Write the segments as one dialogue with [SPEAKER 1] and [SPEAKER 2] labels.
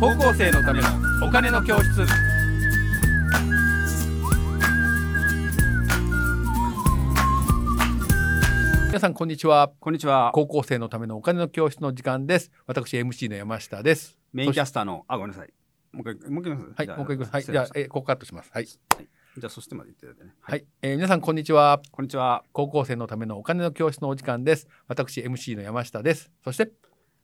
[SPEAKER 1] 高校生のためのお金の教室皆さんこんにちは
[SPEAKER 2] こんにちは。
[SPEAKER 1] 高校生のためのお金の教室の時間です私 MC の山下です
[SPEAKER 2] メインキャスターの、あ、ごめんなさい。もう一回、もう一回言います。
[SPEAKER 1] はい
[SPEAKER 2] じゃあ
[SPEAKER 1] もう一回いきますはい
[SPEAKER 2] 失
[SPEAKER 1] じ
[SPEAKER 2] 礼し
[SPEAKER 1] ゃ
[SPEAKER 2] ま
[SPEAKER 1] あ
[SPEAKER 2] した
[SPEAKER 1] えここカットしますはい、
[SPEAKER 2] じゃあ、そしてまで言っていただいてね。
[SPEAKER 1] はいえー皆さんこんにちは
[SPEAKER 2] こんにちは。
[SPEAKER 1] 高校生のためのお金の教室のお時間です私 MC の山下ですそして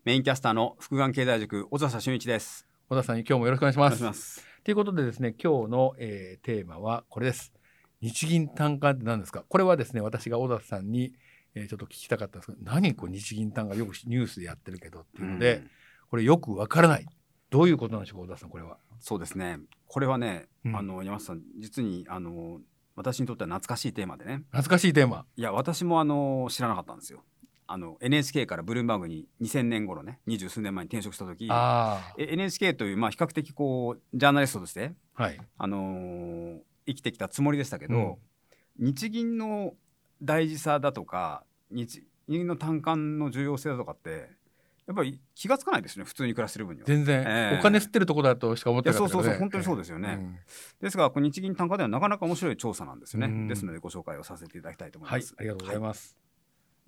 [SPEAKER 2] メインキャスターの福眼経済塾、小笹俊一です。
[SPEAKER 1] 小田さんに今日もよろしくお願いし
[SPEAKER 2] お
[SPEAKER 1] ま
[SPEAKER 2] 願い
[SPEAKER 1] す
[SPEAKER 2] します。
[SPEAKER 1] ということでですね、今日の、えーテーマはこれです。日銀単価って何ですかこれはですね、私が小田さんに、えーちょっと聞きたかったんですけど、何こう日銀単価よくニュースでやってるけどっていうので、
[SPEAKER 2] うん、
[SPEAKER 1] これよくわからない。どういうことなんでしょうか、小田さん、これは。
[SPEAKER 2] そうですね。これはね、
[SPEAKER 1] うん
[SPEAKER 2] あの、山下さん、実に、あの、私にとっては懐かしいテーマでね。
[SPEAKER 1] 懐かしいテーマ。
[SPEAKER 2] いや、私も、あの、知らなかったんですよ。あの、NHK からブルームバーグに2000年頃ね、二十数年前に転職した時
[SPEAKER 1] あ
[SPEAKER 2] え NHK という、まあ、比較的こう、ジャーナリストとして、
[SPEAKER 1] あ。はい。
[SPEAKER 2] あのー生きてきたつもりでしたけど、日銀の大事さだとか日銀の単管の重要性だとかってやっぱり気がつかないですね普通に暮らしてる分には。
[SPEAKER 1] 全然、
[SPEAKER 2] ええ
[SPEAKER 1] お金吸ってるとこだとしか思ってなかったけど
[SPEAKER 2] いやそうそうそう本当にそうですよね
[SPEAKER 1] ん
[SPEAKER 2] ですがこの日銀単価ではなかなか面白い調査なんですよね、
[SPEAKER 1] うん
[SPEAKER 2] ですのでご紹介をさせていただきたいと思い
[SPEAKER 1] は
[SPEAKER 2] ま
[SPEAKER 1] い
[SPEAKER 2] す。、
[SPEAKER 1] ありがとうござい
[SPEAKER 2] は
[SPEAKER 1] ます。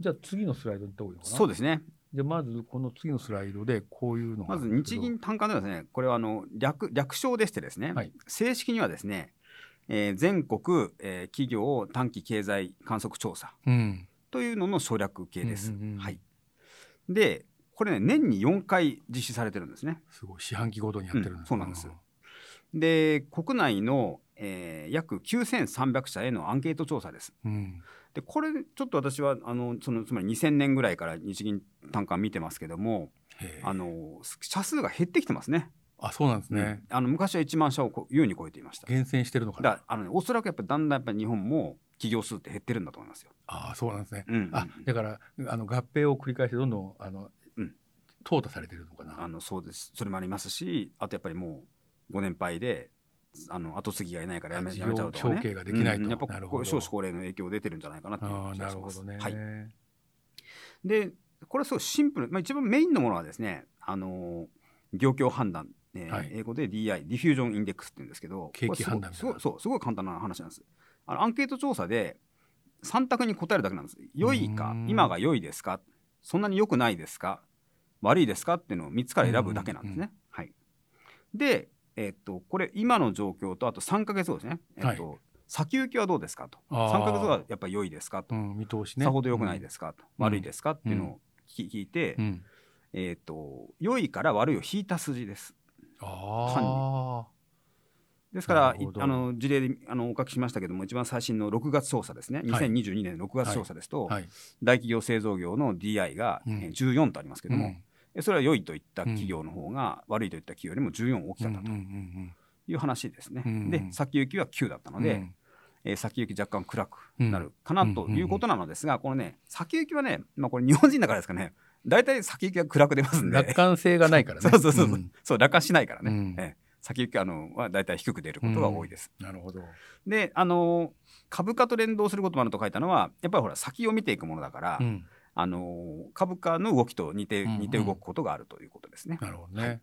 [SPEAKER 1] じゃあ次のスライドにどういうのかな
[SPEAKER 2] そうですね
[SPEAKER 1] じゃあまずこの次のスライドでこういうのがある
[SPEAKER 2] まず
[SPEAKER 1] んですけ
[SPEAKER 2] 日
[SPEAKER 1] ど
[SPEAKER 2] 銀単価ではですねこれはあの略略称でしてですね、
[SPEAKER 1] はい
[SPEAKER 2] 正式にはですね、えー全国、えー企業短期経済観測調査
[SPEAKER 1] うん
[SPEAKER 2] というのの省略形です。
[SPEAKER 1] うんうんうん
[SPEAKER 2] はい、でこれね年に4回実施されてるんですね。
[SPEAKER 1] すごい四半期ごとにやってるんです、
[SPEAKER 2] うんそうなんですで国内の、えー約9,300社へのアンケート調査です。
[SPEAKER 1] うん、
[SPEAKER 2] でこれちょっと私はあのそのつまり2000年ぐらいから日銀単価見てますけども
[SPEAKER 1] へえ
[SPEAKER 2] あの社数が減ってきてますね。
[SPEAKER 1] あそうなんですね、
[SPEAKER 2] うんあの昔は1万社をこう優に超えていました。だ
[SPEAKER 1] 厳選してるのか
[SPEAKER 2] か
[SPEAKER 1] な
[SPEAKER 2] らあの、ね、おそらくやっぱだんだんやっぱ日本も企業数って減ってるんだと思いますよ。
[SPEAKER 1] ああそうなんですね、
[SPEAKER 2] うん
[SPEAKER 1] あだからあの合併を繰り返してどんどんあの、
[SPEAKER 2] うん
[SPEAKER 1] 淘汰されてるのかな
[SPEAKER 2] あのそうですそれもありますしあとやっぱりもうご年配であの後継ぎがいないからやめ
[SPEAKER 1] あ
[SPEAKER 2] やめちゃうとか、ね、
[SPEAKER 1] 事業承継ができないと
[SPEAKER 2] うんうんやっぱ
[SPEAKER 1] なるほ
[SPEAKER 2] こ
[SPEAKER 1] ど
[SPEAKER 2] う少子高齢の影響出てるんじゃないかなっていう
[SPEAKER 1] ああ
[SPEAKER 2] 気
[SPEAKER 1] な
[SPEAKER 2] が
[SPEAKER 1] る
[SPEAKER 2] し
[SPEAKER 1] ほ
[SPEAKER 2] ます
[SPEAKER 1] どね、
[SPEAKER 2] はい、でこれはすごいシンプル、まあ、一番メインのものはですねあのー業況判断、えー
[SPEAKER 1] はい
[SPEAKER 2] 英語で DI ディフュージョンインデックスって言うんですけど
[SPEAKER 1] 景気判断み
[SPEAKER 2] これ
[SPEAKER 1] たいない
[SPEAKER 2] すごすごいそうすごい簡単な話なんですあのアンケート調査で3択に答えるだけなんです良いか
[SPEAKER 1] うん
[SPEAKER 2] 今が良いですかそんなに良くないですか悪いですかっていうのを3つから選ぶだけなんです
[SPEAKER 1] うんう
[SPEAKER 2] ね、はい、で、えっとこれ今の状況とあと3か月後ですね、えっと先行きはどうですかと
[SPEAKER 1] あー
[SPEAKER 2] 3か月後はやっぱり良いですかと
[SPEAKER 1] うん、見通しね
[SPEAKER 2] さほど良くない
[SPEAKER 1] す、
[SPEAKER 2] ですか、と
[SPEAKER 1] うん
[SPEAKER 2] 悪いですかっていうのを聞聞いて、
[SPEAKER 1] うんうん、
[SPEAKER 2] えっ、と良いから悪いを引いた数字です。
[SPEAKER 1] ああ
[SPEAKER 2] ですから
[SPEAKER 1] なる
[SPEAKER 2] い
[SPEAKER 1] ほど
[SPEAKER 2] あの事例であのお書きしましたけども一番最新の6月調査ですね
[SPEAKER 1] はい
[SPEAKER 2] 2022年の6月調査ですと、
[SPEAKER 1] はい、
[SPEAKER 2] 大企業製造業の DI がえ
[SPEAKER 1] うん
[SPEAKER 2] ー14とありますけども、
[SPEAKER 1] うん
[SPEAKER 2] えそれは良いといった企業の方が、悪いといった企業よりも14大
[SPEAKER 1] う
[SPEAKER 2] きか
[SPEAKER 1] ん
[SPEAKER 2] っ
[SPEAKER 1] う
[SPEAKER 2] た
[SPEAKER 1] ん
[SPEAKER 2] と
[SPEAKER 1] うん
[SPEAKER 2] いう話ですね。
[SPEAKER 1] うんうん
[SPEAKER 2] で先行きは9だった
[SPEAKER 1] う
[SPEAKER 2] の
[SPEAKER 1] ん
[SPEAKER 2] で、えー先行き若干暗くなるか
[SPEAKER 1] う
[SPEAKER 2] なんということなのですが、このね先行きはね、まあ、これ日本人だからですかね大体先行きは暗く出ます
[SPEAKER 1] うんん、
[SPEAKER 2] で
[SPEAKER 1] 楽観性がないからね
[SPEAKER 2] そうそうそうそう,、
[SPEAKER 1] ん
[SPEAKER 2] そう楽観しないからね、
[SPEAKER 1] うん
[SPEAKER 2] ええ先行きあのは大体低く出ることが多いです。
[SPEAKER 1] なるほど
[SPEAKER 2] であのー株価と連動することもあると書いたのはやっぱりほら先を見ていくものだから、
[SPEAKER 1] うん
[SPEAKER 2] あのー株価の動きと似て
[SPEAKER 1] うんうん
[SPEAKER 2] 似て動くことがあるということですね。
[SPEAKER 1] なるほどね。
[SPEAKER 2] は
[SPEAKER 1] って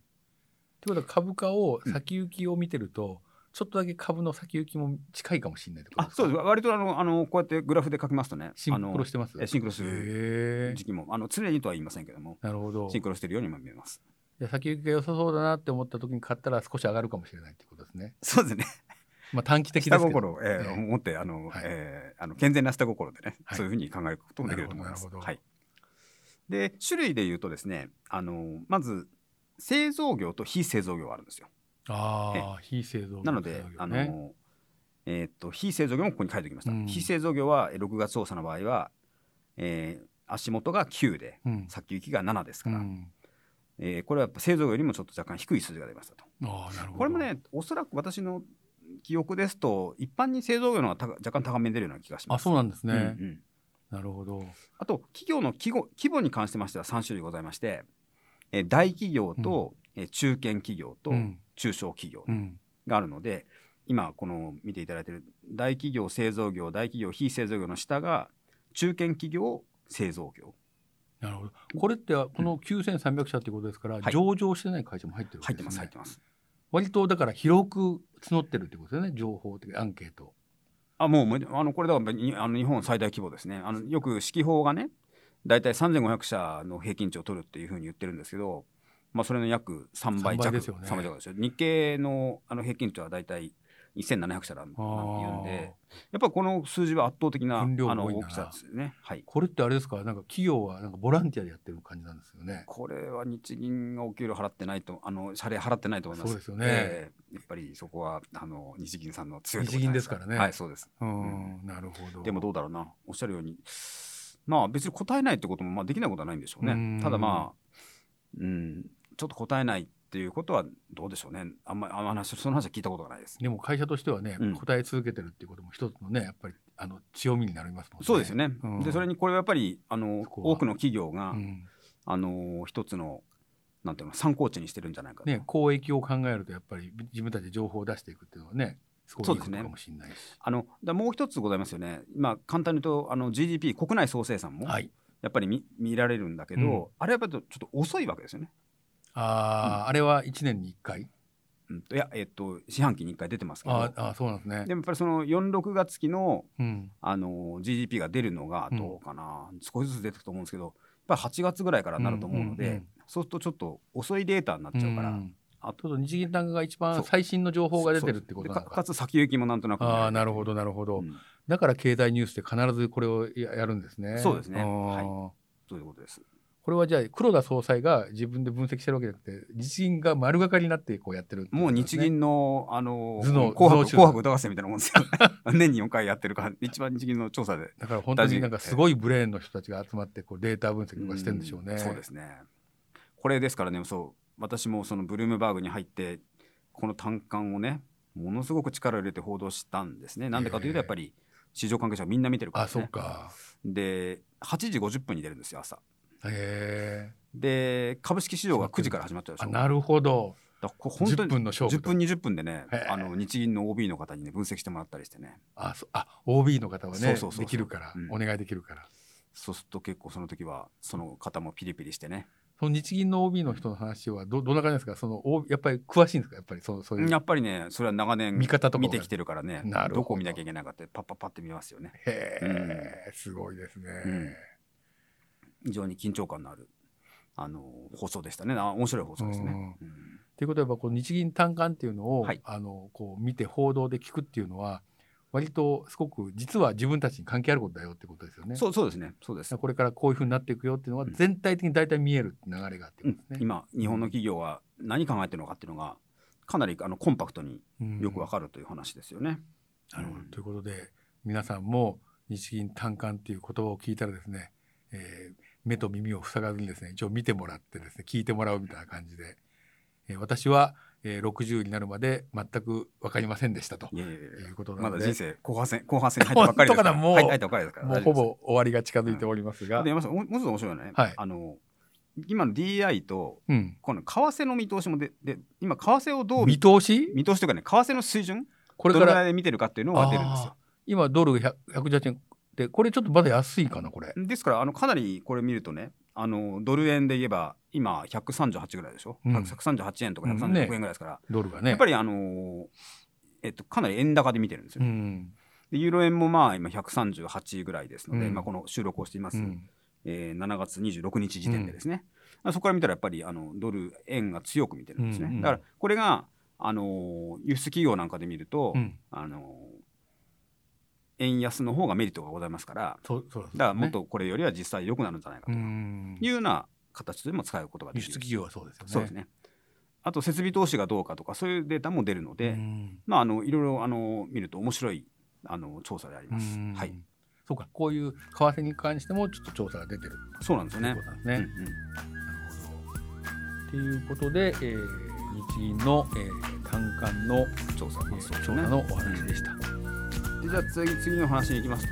[SPEAKER 1] ことは株価を先行きを見てると、ちょっとだけ株の先行きも近いかもしれないってこと
[SPEAKER 2] あそうです割とあのあのこうやってグラフで書きますとね
[SPEAKER 1] シンクロしてます
[SPEAKER 2] あのえシンクロする
[SPEAKER 1] へえ
[SPEAKER 2] 時期もあの常にとは言いませんけども
[SPEAKER 1] なるほど。
[SPEAKER 2] シンクロしてるようにも見えます。
[SPEAKER 1] じゃあ先行きが良さそうだなって思った時に買ったら少し上がるかもしれないってことですね。
[SPEAKER 2] そうですね。
[SPEAKER 1] まあ短期的で
[SPEAKER 2] 下
[SPEAKER 1] すけど。
[SPEAKER 2] 心を、え
[SPEAKER 1] え
[SPEAKER 2] ー
[SPEAKER 1] え
[SPEAKER 2] 持ってあの、
[SPEAKER 1] はい
[SPEAKER 2] えーあの健全な下心でね、
[SPEAKER 1] はい
[SPEAKER 2] そういうふうに考えることもできると思います
[SPEAKER 1] なるほ。ど
[SPEAKER 2] はい、で種類で言うとですねあのまず製造業と非製造業があるんですよ。
[SPEAKER 1] ああ、非製造業
[SPEAKER 2] なので、あの、えーっと非製造業もここに書いておきました。
[SPEAKER 1] うん
[SPEAKER 2] 非製造業はえー6月操作の場合は、えー足元が9で
[SPEAKER 1] うん、
[SPEAKER 2] 先行きが7です
[SPEAKER 1] う
[SPEAKER 2] から、
[SPEAKER 1] ん、
[SPEAKER 2] えーこれはやっぱ製造業よりもちょっと若干低い数字が出ましたと。
[SPEAKER 1] ああ、なるほど。
[SPEAKER 2] これも、ねおそらく私の記憶ですと一般に製造業の方が高若干高めに出るような気がしま
[SPEAKER 1] あ
[SPEAKER 2] す。
[SPEAKER 1] そうなんですね。
[SPEAKER 2] うんうん
[SPEAKER 1] なるほど。
[SPEAKER 2] あと企業の規模規模に関してましては3種類ございまして、えー大企業と、えー中堅企業と
[SPEAKER 1] うん、
[SPEAKER 2] 中小企業
[SPEAKER 1] うん、
[SPEAKER 2] があるので、今この見ていただいている大企業製造業大企業非製造業の下が中堅企業製造業
[SPEAKER 1] なるほど。これってこの9300社っていうことですから、
[SPEAKER 2] はい
[SPEAKER 1] 上場してない会社も入ってるわけ
[SPEAKER 2] 入っ
[SPEAKER 1] です、ね、
[SPEAKER 2] てます入ってます
[SPEAKER 1] 割とだから広く募ってるってことですよね情報的アンケート。
[SPEAKER 2] あもうもうあのこれだからにあの日本最大規模ですねあのよく指揮法がね大体3500社の平均値を取るっていうふうに言ってるんですけど、まあ、それの約3倍
[SPEAKER 1] 3倍
[SPEAKER 2] 弱
[SPEAKER 1] ですよね
[SPEAKER 2] 3倍弱ですよ日経のあの平均値は大体1700社だなんて
[SPEAKER 1] あ
[SPEAKER 2] いうん
[SPEAKER 1] ー
[SPEAKER 2] でやっぱりこの数字は圧倒的なあ
[SPEAKER 1] 分量が
[SPEAKER 2] の
[SPEAKER 1] 多いん
[SPEAKER 2] 大
[SPEAKER 1] だな
[SPEAKER 2] きさですね。はい
[SPEAKER 1] これってあれですかなんか企業はなんかボランティアでやってる感じなんですよね。
[SPEAKER 2] これは日銀がお給料払ってないとあの謝礼払ってないと思います
[SPEAKER 1] そうですよね
[SPEAKER 2] ええやっぱりそこはあの日銀さんの強いところ
[SPEAKER 1] 日銀
[SPEAKER 2] じ
[SPEAKER 1] で
[SPEAKER 2] ゃ
[SPEAKER 1] す
[SPEAKER 2] な
[SPEAKER 1] か
[SPEAKER 2] い
[SPEAKER 1] らね
[SPEAKER 2] はいそうです
[SPEAKER 1] うん、なるほど。
[SPEAKER 2] でもどうだろうなおっしゃるようにまあ別に答えないってこともまあできないことはないんでしょう
[SPEAKER 1] う
[SPEAKER 2] ね
[SPEAKER 1] ん
[SPEAKER 2] ただまあうんちょっと答えないっていうことはどうでしょうねあんまりあんま話その話は聞いたことがないです
[SPEAKER 1] でも会社としてはね、
[SPEAKER 2] うん
[SPEAKER 1] 答え続けてるっていうことも一つのねやっぱりあの強みになりますもんね。
[SPEAKER 2] そうですよね、
[SPEAKER 1] うん
[SPEAKER 2] でそれにこれはやっぱりあの
[SPEAKER 1] そこは
[SPEAKER 2] 多くの企業が、
[SPEAKER 1] うん
[SPEAKER 2] あの一つのなんていうの参考値にしてるんじゃないかと、
[SPEAKER 1] ね公益を考えるとやっぱり自分たちで情報を出していくっていうのはねすごいいいことかもしれないし。
[SPEAKER 2] あのだもう一つございますよね、まあ、簡単に言うとあの GDP 国内総生産も
[SPEAKER 1] はい。
[SPEAKER 2] やっぱり見見られるんだけど、
[SPEAKER 1] うん
[SPEAKER 2] あれはやっぱりちょっと遅いわけですよね。
[SPEAKER 1] ああ、あれは一年に一回。
[SPEAKER 2] うんと、いや、えっと四半期に1回出てますけど
[SPEAKER 1] あーあーそうなんですね。
[SPEAKER 2] でもやっぱりその46月期の、
[SPEAKER 1] うん。
[SPEAKER 2] あの GDP が出るのがどうかな、少しずつ出てくると思うんですけどやっぱり8月ぐらいからなると思うので、
[SPEAKER 1] うんうんうん
[SPEAKER 2] そうするとちょっと遅いデータになっちゃうから、
[SPEAKER 1] ん
[SPEAKER 2] あ
[SPEAKER 1] ちょっと日銀単価が一
[SPEAKER 2] そ
[SPEAKER 1] 番
[SPEAKER 2] う
[SPEAKER 1] 最新の情報が出てるってこと
[SPEAKER 2] で
[SPEAKER 1] なの
[SPEAKER 2] か
[SPEAKER 1] か。
[SPEAKER 2] かつ先行きもなんとなく見られ
[SPEAKER 1] ああなるほどなるほど、
[SPEAKER 2] うん
[SPEAKER 1] だから経済ニュースで必ずこれをややるんですね。
[SPEAKER 2] そうですね
[SPEAKER 1] あー
[SPEAKER 2] はいそういうことです
[SPEAKER 1] これはじゃあ黒田総裁が自分で分析してるわけじゃなくて日銀が丸がかりになってこうやってるってこと
[SPEAKER 2] もう
[SPEAKER 1] なんです
[SPEAKER 2] 日
[SPEAKER 1] ね、
[SPEAKER 2] 銀の、あの
[SPEAKER 1] 頭脳
[SPEAKER 2] 紅
[SPEAKER 1] 頭
[SPEAKER 2] 白
[SPEAKER 1] 脳集
[SPEAKER 2] 紅白歌合戦みたいなもんですよ 年に4回やってるから一番日銀の調査で
[SPEAKER 1] だから本当になんかすごいブレーンの人たちが集まってこうデータ分析とかしてるんでしょうね。
[SPEAKER 2] んそうですねこれですからねそう私もそのブルームバーグに入ってこの単管をねものすごく力を入れて報道したんですねなんでかという
[SPEAKER 1] へ
[SPEAKER 2] と
[SPEAKER 1] え
[SPEAKER 2] やっぱり市場関係者はみんな見てるから、
[SPEAKER 1] あ
[SPEAKER 2] ね、
[SPEAKER 1] そうか。
[SPEAKER 2] で8時50分に出るんですよ朝
[SPEAKER 1] へえ。
[SPEAKER 2] で株式市場が9時から始まっちゃうでし
[SPEAKER 1] あ
[SPEAKER 2] ょ
[SPEAKER 1] なるほど。
[SPEAKER 2] だからこれ本当
[SPEAKER 1] 10
[SPEAKER 2] に
[SPEAKER 1] 分の勝負
[SPEAKER 2] 10
[SPEAKER 1] と。
[SPEAKER 2] 分20分でね
[SPEAKER 1] へえ
[SPEAKER 2] あの日銀の OB の方にね分析してもらったりしてね
[SPEAKER 1] あそあ OB の方はね
[SPEAKER 2] そうそうそうそ
[SPEAKER 1] で
[SPEAKER 2] う
[SPEAKER 1] きるから、
[SPEAKER 2] うん
[SPEAKER 1] お願いできるから。
[SPEAKER 2] そうすると結構その時はその方もピリピリしてね、
[SPEAKER 1] その日銀の OB の人の話はどどんな感じですかその O やっぱり詳しいんですかやっぱりそうそういう
[SPEAKER 2] やっぱりねそれは長年
[SPEAKER 1] 見方とか
[SPEAKER 2] 見てきてるからね
[SPEAKER 1] なるほど
[SPEAKER 2] どこを見なきゃいけないかってパッパッパって見ますよね
[SPEAKER 1] へえ、すごいですね。
[SPEAKER 2] うん非常に緊張感のあるあの放送でしたねあ面白い放送ですね、うん
[SPEAKER 1] ということはやっぱこう日銀短観っていうのを、
[SPEAKER 2] はい
[SPEAKER 1] あのこう見て報道で聞くっていうのは割とすごく実は自分たちに関係あることだよってことですよね。
[SPEAKER 2] そうそうですねそうです、
[SPEAKER 1] これからこういうふうになっていくよっていうのは
[SPEAKER 2] うん
[SPEAKER 1] 全体的に大体見える流れがあって
[SPEAKER 2] う
[SPEAKER 1] こ
[SPEAKER 2] ん
[SPEAKER 1] とですね。
[SPEAKER 2] 今日本の企業は何考えてるのかっていうのがかなりあのコンパクトに
[SPEAKER 1] うん
[SPEAKER 2] よくわかるという話ですよね、
[SPEAKER 1] なるほどということで皆さんも日銀短観っていう言葉を聞いたらですね、えー目と耳を塞がずにですね一応見てもらってですね聞いてもらうみたいな感じで、えー私は、えー60になるまで全く分かりませんでしたと。
[SPEAKER 2] いやいやいや
[SPEAKER 1] いうことな
[SPEAKER 2] ま
[SPEAKER 1] の
[SPEAKER 2] だ
[SPEAKER 1] で
[SPEAKER 2] 人生後半戦後半戦に入ったばっかりですから
[SPEAKER 1] 本当かなもう
[SPEAKER 2] 入ったばっかりですから
[SPEAKER 1] もう
[SPEAKER 2] 大
[SPEAKER 1] ほ
[SPEAKER 2] 丈夫です
[SPEAKER 1] ぼ終わりが近づいておりますが、
[SPEAKER 2] で山下さんもうもうちょっと面白いのはね、
[SPEAKER 1] はい
[SPEAKER 2] あの今の DI と
[SPEAKER 1] うん、
[SPEAKER 2] この為替の見通しもでで今為替をどう見
[SPEAKER 1] 見通し
[SPEAKER 2] 見通しというかね為替の水準
[SPEAKER 1] これ
[SPEAKER 2] ど
[SPEAKER 1] か
[SPEAKER 2] れぐら
[SPEAKER 1] ら
[SPEAKER 2] いで見てるかっていうのが出るんです
[SPEAKER 1] あ
[SPEAKER 2] よ
[SPEAKER 1] ー今ドル100 118円でこれちょっとまだ安いかなこれ、
[SPEAKER 2] ですからあのかなりこれ見るとねあのドル円で言えば今138ぐらいでしょ、
[SPEAKER 1] うん
[SPEAKER 2] 138円とか
[SPEAKER 1] うんね
[SPEAKER 2] 136円ぐらいですから、
[SPEAKER 1] ドルがね。
[SPEAKER 2] やっぱりあのえっと、かなり円高で見てるんですよ、
[SPEAKER 1] うん
[SPEAKER 2] でユーロ円もまあ今138ぐらいですので、
[SPEAKER 1] うん
[SPEAKER 2] 今この収録をしています、
[SPEAKER 1] うん
[SPEAKER 2] えー7月26日時点でですね、そこから見たらやっぱりあのドル円が強く見てるんですね、
[SPEAKER 1] うんうん
[SPEAKER 2] だからこれが、あのー輸出企業なんかで見ると、
[SPEAKER 1] うん
[SPEAKER 2] あのー円安の方がメリットがございますから
[SPEAKER 1] そうそうですね
[SPEAKER 2] だからもっとこれよりは実際良くなるんじゃないかと
[SPEAKER 1] う
[SPEAKER 2] い
[SPEAKER 1] ん
[SPEAKER 2] うような形でも使うことがで
[SPEAKER 1] 輸
[SPEAKER 2] き
[SPEAKER 1] 出
[SPEAKER 2] る
[SPEAKER 1] 企業はそうですよね。
[SPEAKER 2] そうですねあと設備投資がどうかとかそういうデータも出るので、
[SPEAKER 1] うん
[SPEAKER 2] まああのいろいろあの見ると面白いあの調査であり
[SPEAKER 1] う
[SPEAKER 2] ます、
[SPEAKER 1] ん
[SPEAKER 2] はい
[SPEAKER 1] そうかこういう為替に関してもちょっと調査が出てる
[SPEAKER 2] そうなんです
[SPEAKER 1] と
[SPEAKER 2] よ
[SPEAKER 1] いう
[SPEAKER 2] ね
[SPEAKER 1] ことなんですね。
[SPEAKER 2] うんうん
[SPEAKER 1] ということで、えー日銀の、えー短観の、
[SPEAKER 2] 調査、
[SPEAKER 1] えー
[SPEAKER 2] そうです
[SPEAKER 1] 調査
[SPEAKER 2] ね
[SPEAKER 1] のお話でした。
[SPEAKER 2] でじゃあ次次の話に行きますと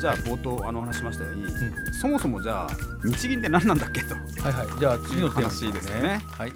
[SPEAKER 2] じゃあ冒頭あの話しましたように、
[SPEAKER 1] ん
[SPEAKER 2] そもそもじゃあ日銀って何なんだっけと
[SPEAKER 1] はいはいじゃあ次のテーマ
[SPEAKER 2] 話ですね
[SPEAKER 1] はい。